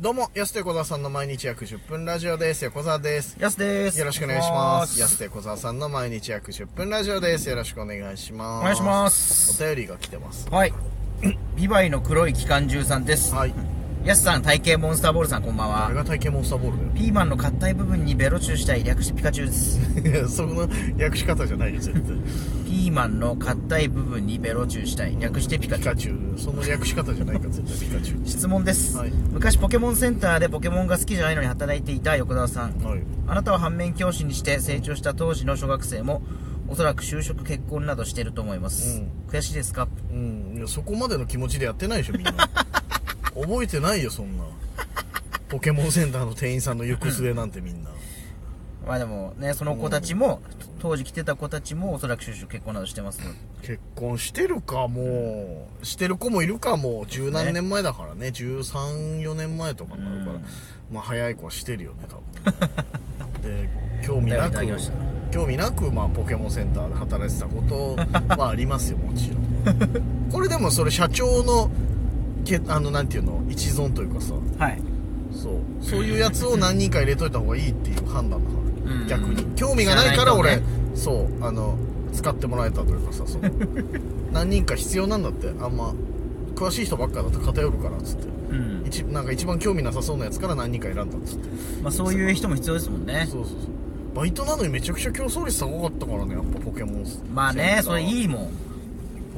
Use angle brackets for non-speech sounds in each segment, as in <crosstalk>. どうも、安手小沢さんの毎日約10分ラジオです。横澤です。やすです。よろしくお願いします。安手小沢さんの毎日約10分ラジオです。よろしくお願いします。お願いします。お便りが来てます。はい。 <clears throat> ビバイの黒い機関銃さんです。はい。やすさん、体型モンスターボールさん、こんばんあれがは。体験モンスターボールピーマンの硬い部分にベロチューしたい、略してピカチュウです。だよ。いや、 <laughs> その訳し方じゃないよ、絶対。ピーマンの硬い部分にベロチューしたい、略してピカピチュウ。カチュウ。その訳し方じゃないから、絶対ピカチュ質問です、はい昔ポケモンセンターでポケモンが好きじゃないのに働いていた横澤さん。ウ。はい。あなたは反面教師にして成長した当時の小学生も、おそらく就職結婚などしてると思います。悔しいですかうん。いや、そこまでの気持ちでやってないでしょ、みんな。覚えてないよ、そんな。ポケモンセンターの店員さんの行く末なんてみんな。まあでもね、その子たちも、当時来てた子たちもおそらく就職結婚などしてますので結婚してるかもうしてる子もいるかもう十何年前だからね134年前とかになるから、うんまあ早い子はしてるよね多 <laughs> 分で興味なくお便りいただきました興味なく、まあ、ポケモンセンターで働いてたことはありますよもちろんこれでもそれ社長のけあのなんていうの一存というかさはいそうそういうやつを何人か入れといた方がいいっていう判断だから、うん逆に興味がないから知らな俺、いとねそうあの使ってもらえたというかさ <laughs> その何人か必要なんだってあんま詳しい人ばっかだと偏るからっつってうん一なんか一番興味なさそうなやつから何人か選んだっつってまあそういう人も必要ですもんねそうそうそうバイトなのにめちゃくちゃ競争率高かったからねやっぱポケモンまあねそれいいいもん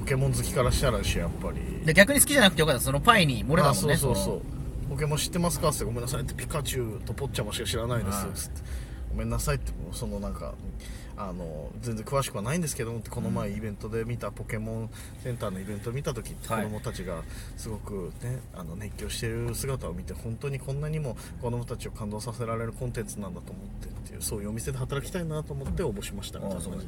ポケモン好きからしたらしやっぱりで逆に好きじゃなくてよかったそのパイに漏れたあもんねそうそうそうのポケモン知ってますかってごめんなさいってピカチュウとポッチャマしか知らないですうんつってごめんなさいってもうそのなんかあの全然詳しくはないんですけどもってこの前イベントで見たポケモンセンターのイベントを見た時って子はい供たちがすごくねあの熱狂してる姿を見て本当にこんなにも子供たちを感動させられるコンテンツなんだと思ってっていうそういうお店で働きたいなと思って応募しましたみたいな感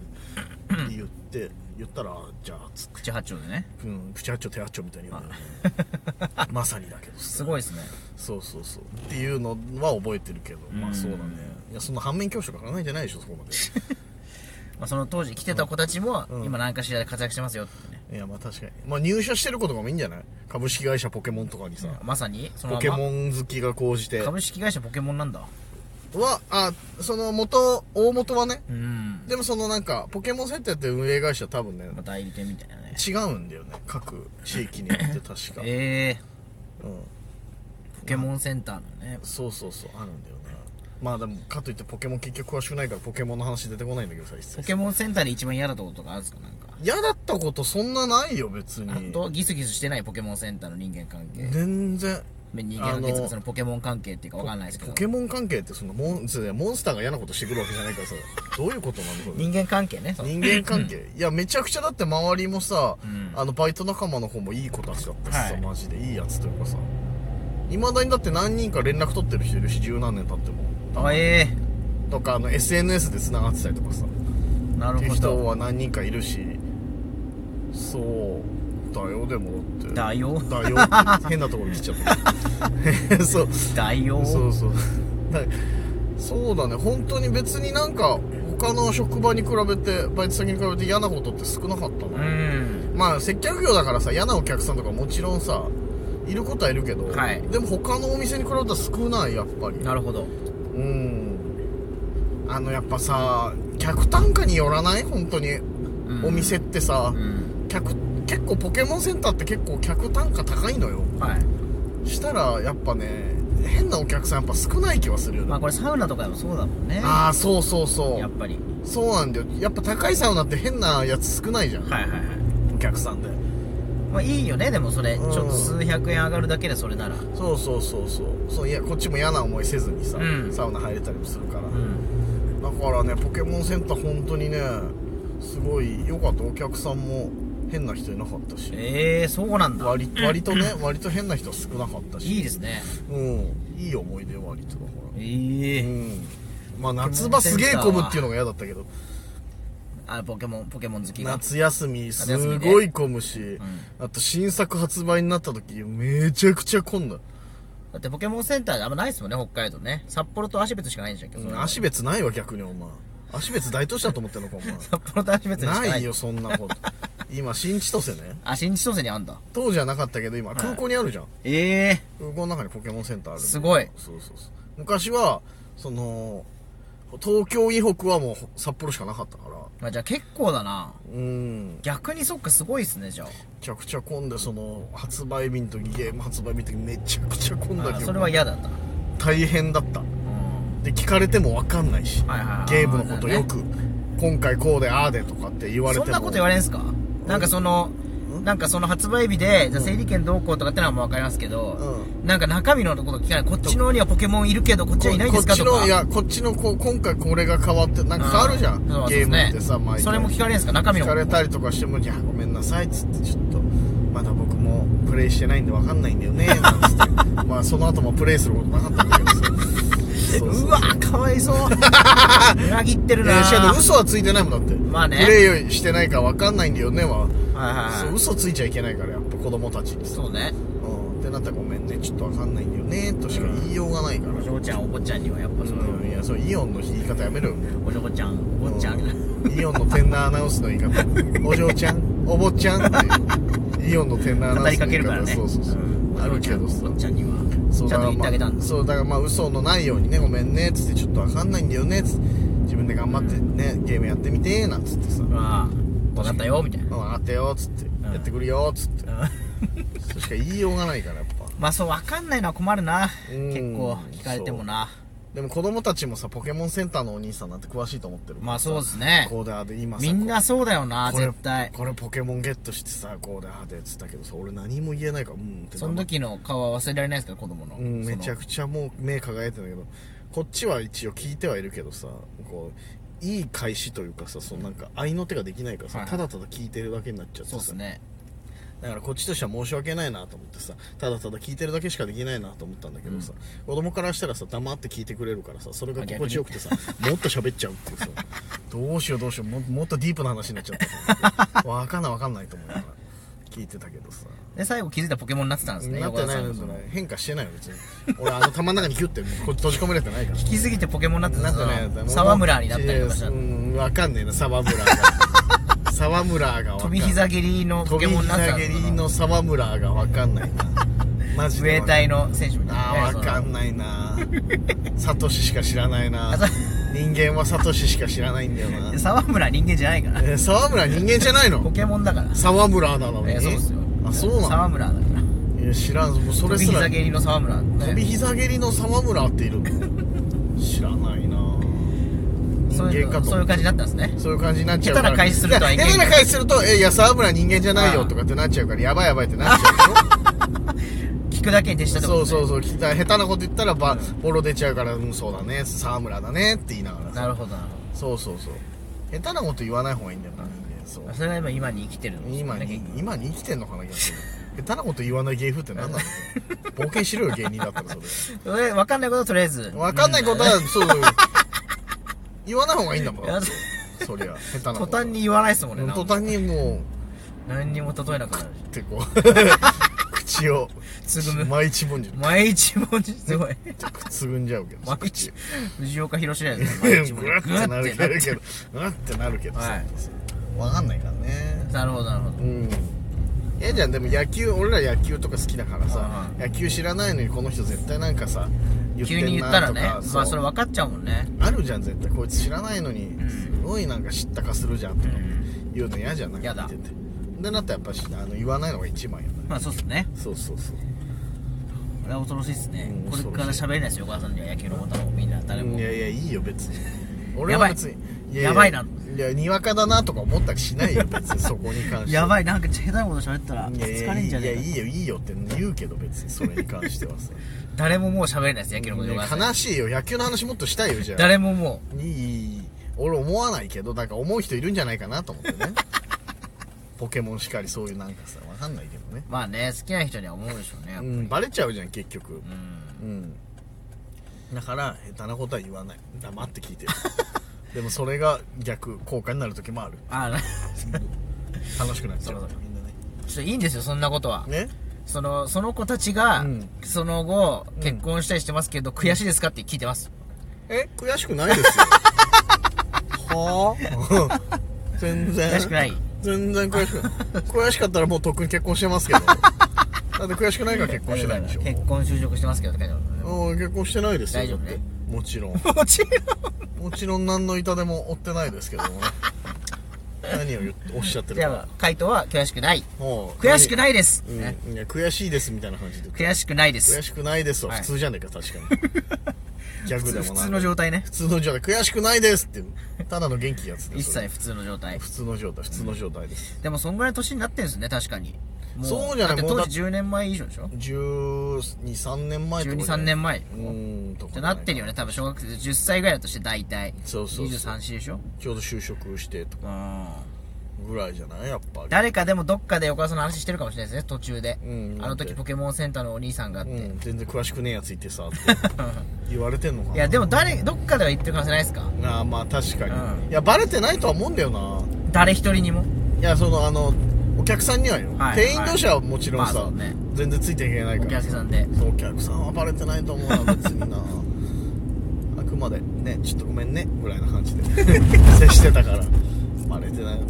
じで言って言ったらじゃあつって口八丁でねうん口八丁手八丁みたいに言うんだよね <laughs> まさにだけどすごいですねそうそうそうっていうのは覚えてるけどまあそうだねいやその反面教師とか考えてないでしょそこまで <laughs> まあその当時来てた子たちもうん今何かしらで活躍してますよってねいやまあ確かにまあ入社してる子とかもいいんじゃない株式会社ポケモンとかにさ、まさにそのポケまモン好きが高じて株式会社ポケモンなんだはあその元大元はねうんでもそのなんかポケモンセンターって運営会社多分ねまあ代理店みたいなね違うんだよね各地域によって確か、 <laughs> ええうん、ポケモンセンターのねそうそうそうあるんだよねまあでもかといってポケモン結局詳しくないからポケモンの話出てこないんだけどさ一切ポケモンセンターで一番嫌だったこととかあるんですかなんか嫌だったことそんなないよ別に本当ギスギスしてないポケモンセンターの人間関係全然人間関係っていうあのかそのポケモン関係っていうかわかんないですけポどケモン関係ってそのモンそれモンスターが嫌なことしてくるわけじゃない <laughs> からさどういうことなのこれ人間関係ねその人間関 <laughs> 係いやめちゃくちゃだって周りもさ、うんあのバイト仲間の方もいい子たちだったしさ、はいマジでいいやつというかさいまだにだって何人か連絡取ってる人いるし十何年経ってもあえとかあの SNS で繋がってたりとかさえなってるいうほ人どは何人かいるしそうだよでもだってだよだよって変なところに来ちゃった <laughs> そう大王そうそうだそうだね本当に別になんか他の職場に比べてバイト先に比べて嫌なことって少なかったうな、んまあ接客業だからさ嫌なお客さんとかもちろんさいることはいるけど、はいでも他のお店に比べたら少ないやっぱりなるほどうんあのやっぱさ客単価によらない本当に、んお店ってさ、うん客結構ポケモンセンターって結構客単価高いのよはいしたらやっぱね変なお客さんやっぱ少ない気はするよね、まあこれサウナとかでもそうだもんねああそうそうそやっうぱりそうなんだよやっぱ高いサウナって変なやつ少ないじゃんはいはいはいお客さんでまあいいよねでもそれちうんょっと数百円上がるだけでそれならそうそうそうそうそういやこっちも嫌な思いせずにさ、うんサウナ入れたりもするから、うんだからねポケモンセンター本当にねすごい良かったお客さんも変な人いなかったしええそうなんだ割割とね割と変な人は少なかったしいいですねうんいい思い出割とだかええらうんまあ夏場すげえ混むっていうのが嫌だったけどあポケモンポケモン好きが夏休み夏休すみねごい混むし、あと新作発売になった時めちゃくちゃ混んだ、だってポケモンセンターであんまないですもんね北海道ね札幌と芦別しかないんじゃんけどそれ足別ないわ逆にお前足別大都市だと思ってんのかお前 <laughs> 札幌と芦別にしかないないよそんなこと今新千歳ねあ新千歳にあんだ当時はなかったけど今空港にあるじゃん、ええ空港の中にポケモンセンターあるんだよすごいそうそうそう昔はその東京以北はもう札幌しかなかったからまあじゃあ結構だなうん逆にそっかすごいっすねじゃあめちゃくちゃ混んでその発売日の時ゲーム発売日の時めちゃくちゃ混んだあけどそれは嫌だったな大変だったうんで聞かれても分かんないし、はいはいはいゲームのことよく、今回こうでああでとかって言われてそもんなこと言われんすかなんかそのなんかその発売日で、じゃあ整理券どうこうとかってのはもう分かりますけど、なんか中身のこと聞かないこっちのにはポケモンいるけどこっちはいないんですかことっちのかいやこっちのこう今回これが変わってなんか変わるじゃん、そうゲーですムねってさ毎回それも聞かれんすか中身の聞こかとれたりとかしても「いやごめんなさい」っつってちょっとまだ僕もプレイしてないんで分かんないんだよねなんつって <laughs> まあその後もプレイすることなかったんだけどさそうそううわかわ <laughs> いそう裏切ってるえなー、しかも嘘はついてないもんだって、まあねプレイしてないから分かんないんだよねは、はいはいそうはい嘘ついちゃいけないからやっぱ子供たちにさそうねうんってなったらごめんねちょっとわかんないんだよねとしか言いようがないから、お嬢ちゃんお坊ちゃんにはやっぱその、うんいやそうイオンの言い方やめろよお嬢ちゃんお坊ちゃん、イオンの店内アナウンスの言い方お嬢ちゃんお坊ちゃんってイオンの店内アナ語ウンりスのかけ言いるから方ねそうそうそう、んあるけどさお嬢ちゃんにはそうちゃんと言っまてあげたんあ、だそうだからまあ嘘のないようにねごめんねっつってちょっとわかんないんだよねっつって自分で頑張ってねゲームやってみてなんつってさまあ分かったよみたいな分かったよっつって、んやってくるよっつってうんそれしか言いようがないからやっぱまあそう分かんないのは困るなうん結構聞かれてもなでも子供たちもさポケモンセンターのお兄さんなんて詳しいと思ってるまあそうですすねこうでああで今さみんなこそうだよなこれ絶対これポケモンゲットしてさこうでああでっつったけどさ俺何も言えないからうんってその時の顔は忘れられないですから子供の、うんそのめちゃくちゃもう目輝いてんだけどこっちは一応聞いてはいるけどさこういい返しというかさそのなんか愛の手ができないからさ、はいはいただただ聞いてるだけになっちゃってそうですさねだからこっちとしては申し訳ないなと思ってさただただ聞いてるだけしかできないなと思ったんだけどさ、子供からしたらさ黙って聞いてくれるからさそれが心地よくてさもっと喋っちゃうっていうさ <laughs> どうしようどうしようももっとディープな話になっちゃったと思ってわかんないわかんないと思いながら聞いてたけどさで最後気づいたポケモンになってたんですねなってない横の田さんそのれ変化してないよ別に俺あの玉の中にギュッてこう閉じ込められてないから引きすぎてポケモンになってたなってないその沢村になったりとかしたうらんわかんねえな沢村 <laughs> が沢村がわか飛んび膝蹴りのポ飛ケびモンになって膝たん蹴ですりの沢村がわかんないなマジ自で衛わかんない <laughs> 隊の選手みたいなね、あーわかんない <laughs> なサトシしか知らないなあさ人間はサトシしか知らないんだよな <laughs> その沢村人間じゃないからえー沢村人間じゃないポのケモンだから沢村なのにえーそうですよあそうな沢の村だからいや知らんもうそ飛れびすら膝蹴りの沢村ね飛び膝蹴りの沢村っている <laughs> の知らないな人そういう間かとそういう感じになったんですねそういう感じになっちゃうから下手な返しするとはいいやけん下手な返しすると「えいや沢村人間じゃないよ」とかってなっちゃうからやばいやばいってなっちゃ聞くだけに徹したうってそこうと、ね、そうそう聞いた下手なこと言ったらばボロ出ちゃうから「うんそうだね沢村だね」って言いながらなるほどなるほそうそうそう下手なこと言わない方がいいんだよな人間そうどそれが今今に生きてるんですよ今ねに結局今に生きてんのかな <laughs> 逆に下手なこと言わない芸風って何なの冒険しろよ芸人だったらそれそれ分かんないことはとりあえずわかんないことは、そうそう。言わない方がいいんだもんいや。そりゃ、下手な途ことは。端に言わないですもんうんね途端にも何にも例えなくなう、るってこう、 <laughs> 口を、つぐむ毎日もんじゃ、毎日文字すごいくつぐんじゃうけど。毎日藤岡弘志ですぐね毎日文字ーってなるぐーってけど、ぐーってなるけどさは。わかんないからね。なるほどなるほどうん。ええじゃん、でも野球、俺ら野球とか好きだからさは、野球知らないのにこの人絶対なんかさ、言っ急にてん言っなたらとねか、まあそれそう分かっちゃうもんねあるじゃん、絶対。こいつ知らないのに、んすごいなんか知ったかするじゃんとか。言うの嫌じゃない嫌だ見ててでなったらやっぱしあの言わないのが一番やなまあそうっすねそうそうそうこれは恐ろしいっすねうんこれから喋れないですよお母さんには野球のこともみんな誰もいやいやいいよ別に俺やはばい別にやばいないやにわかだなとか思ったりしないよ別にそこに関してやばいいなんか下手なこと喋ったらいやい疲やれんいじゃねやえかいいよいいよって言うけど別にそれに関して <laughs> はさ誰ももう喋れないです野球のこといおや母さんに悲しいよ野球の話もっとしたいよじゃあ誰ももいいいい俺思わないけどなんか思う人いるんじゃないかなと思って <laughs> ねポケモンしかりそういうなんかさわかんないけどねうまあね好きな人には思うでしょうねやっうぱりんバレちゃうじゃん結局うんうんだから下手なことは言わない黙って聞い <laughs> てるでもそれが逆効果になる時も <laughs> あるあなち楽しくなっちゃうそうそうみんなねょっといいんですよそんなことはねそのその子たちが、うんその後ん結婚したりしてますけど、悔しいですかって聞いてますえ <laughs> 悔しくないですよはあ全然悔しくない全然悔しくない悔しかったらもうとっくに結婚してますけどだって悔しくないから結婚してないんでしょ <laughs> 結婚就職してますけどって書いてあるからねうん結婚してないですよ大丈夫ねだってもちろんもちろんもちろん何の痛でも追ってないですけども <laughs> ね何を言っおっしゃってるじゃかあ回答は悔しくないもう、悔しくないいです、うんねいや悔しいですみたいな感じで悔しくないで悔すしくないですははい普通じゃねえか、 <laughs> 確かにギャ普グで通も普な通の状態ね普通の状態悔しくないですっていうただの元気やつで一それ切普通の状態普通の状態普通の状態です、でもそんぐらいの年になってんですね確かにもそうじゃないだってもうだ当時10年前以上でしょ123年前とか12、じ3ゃない年前。うーんとじかゃなってるよね、多分小学生で10歳ぐらいだとして大体。そうそうそう23、歳でしょちょうど就職してとかうん。ぐらいじゃないやっぱり誰かでもどっかで横川さんの話してるかもしれないですね、途中で。うんあの時ポケモンセンターのお兄さんがあって。うん全然詳しくねえやついて <laughs> さって言われてんのかないや、でも誰、どっかでは言ってる可能性ないですかあーまあ確かに、うんいやバレてないとは思うんだよな誰一人にも。いやそのあのお客さんにはよ、はい店員同士はもちろんさ、はいまあそうね全然ついていけないおから客さんで。そうお客さんはバレてないと思うな別になあくまでねちょっとごめんねぐらいな感じで <laughs> 接してたからバレてない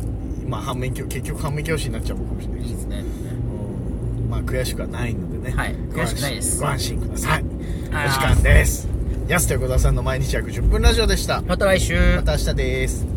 まあ反面教結局反面教師になっちゃうかもしれないいいしですね。うんまあ悔しくはないのでねはいご安心悔しくないですご安心くださいお時あー間です安手小田さんの毎日約10分ラジオでしたまた来週。また明日です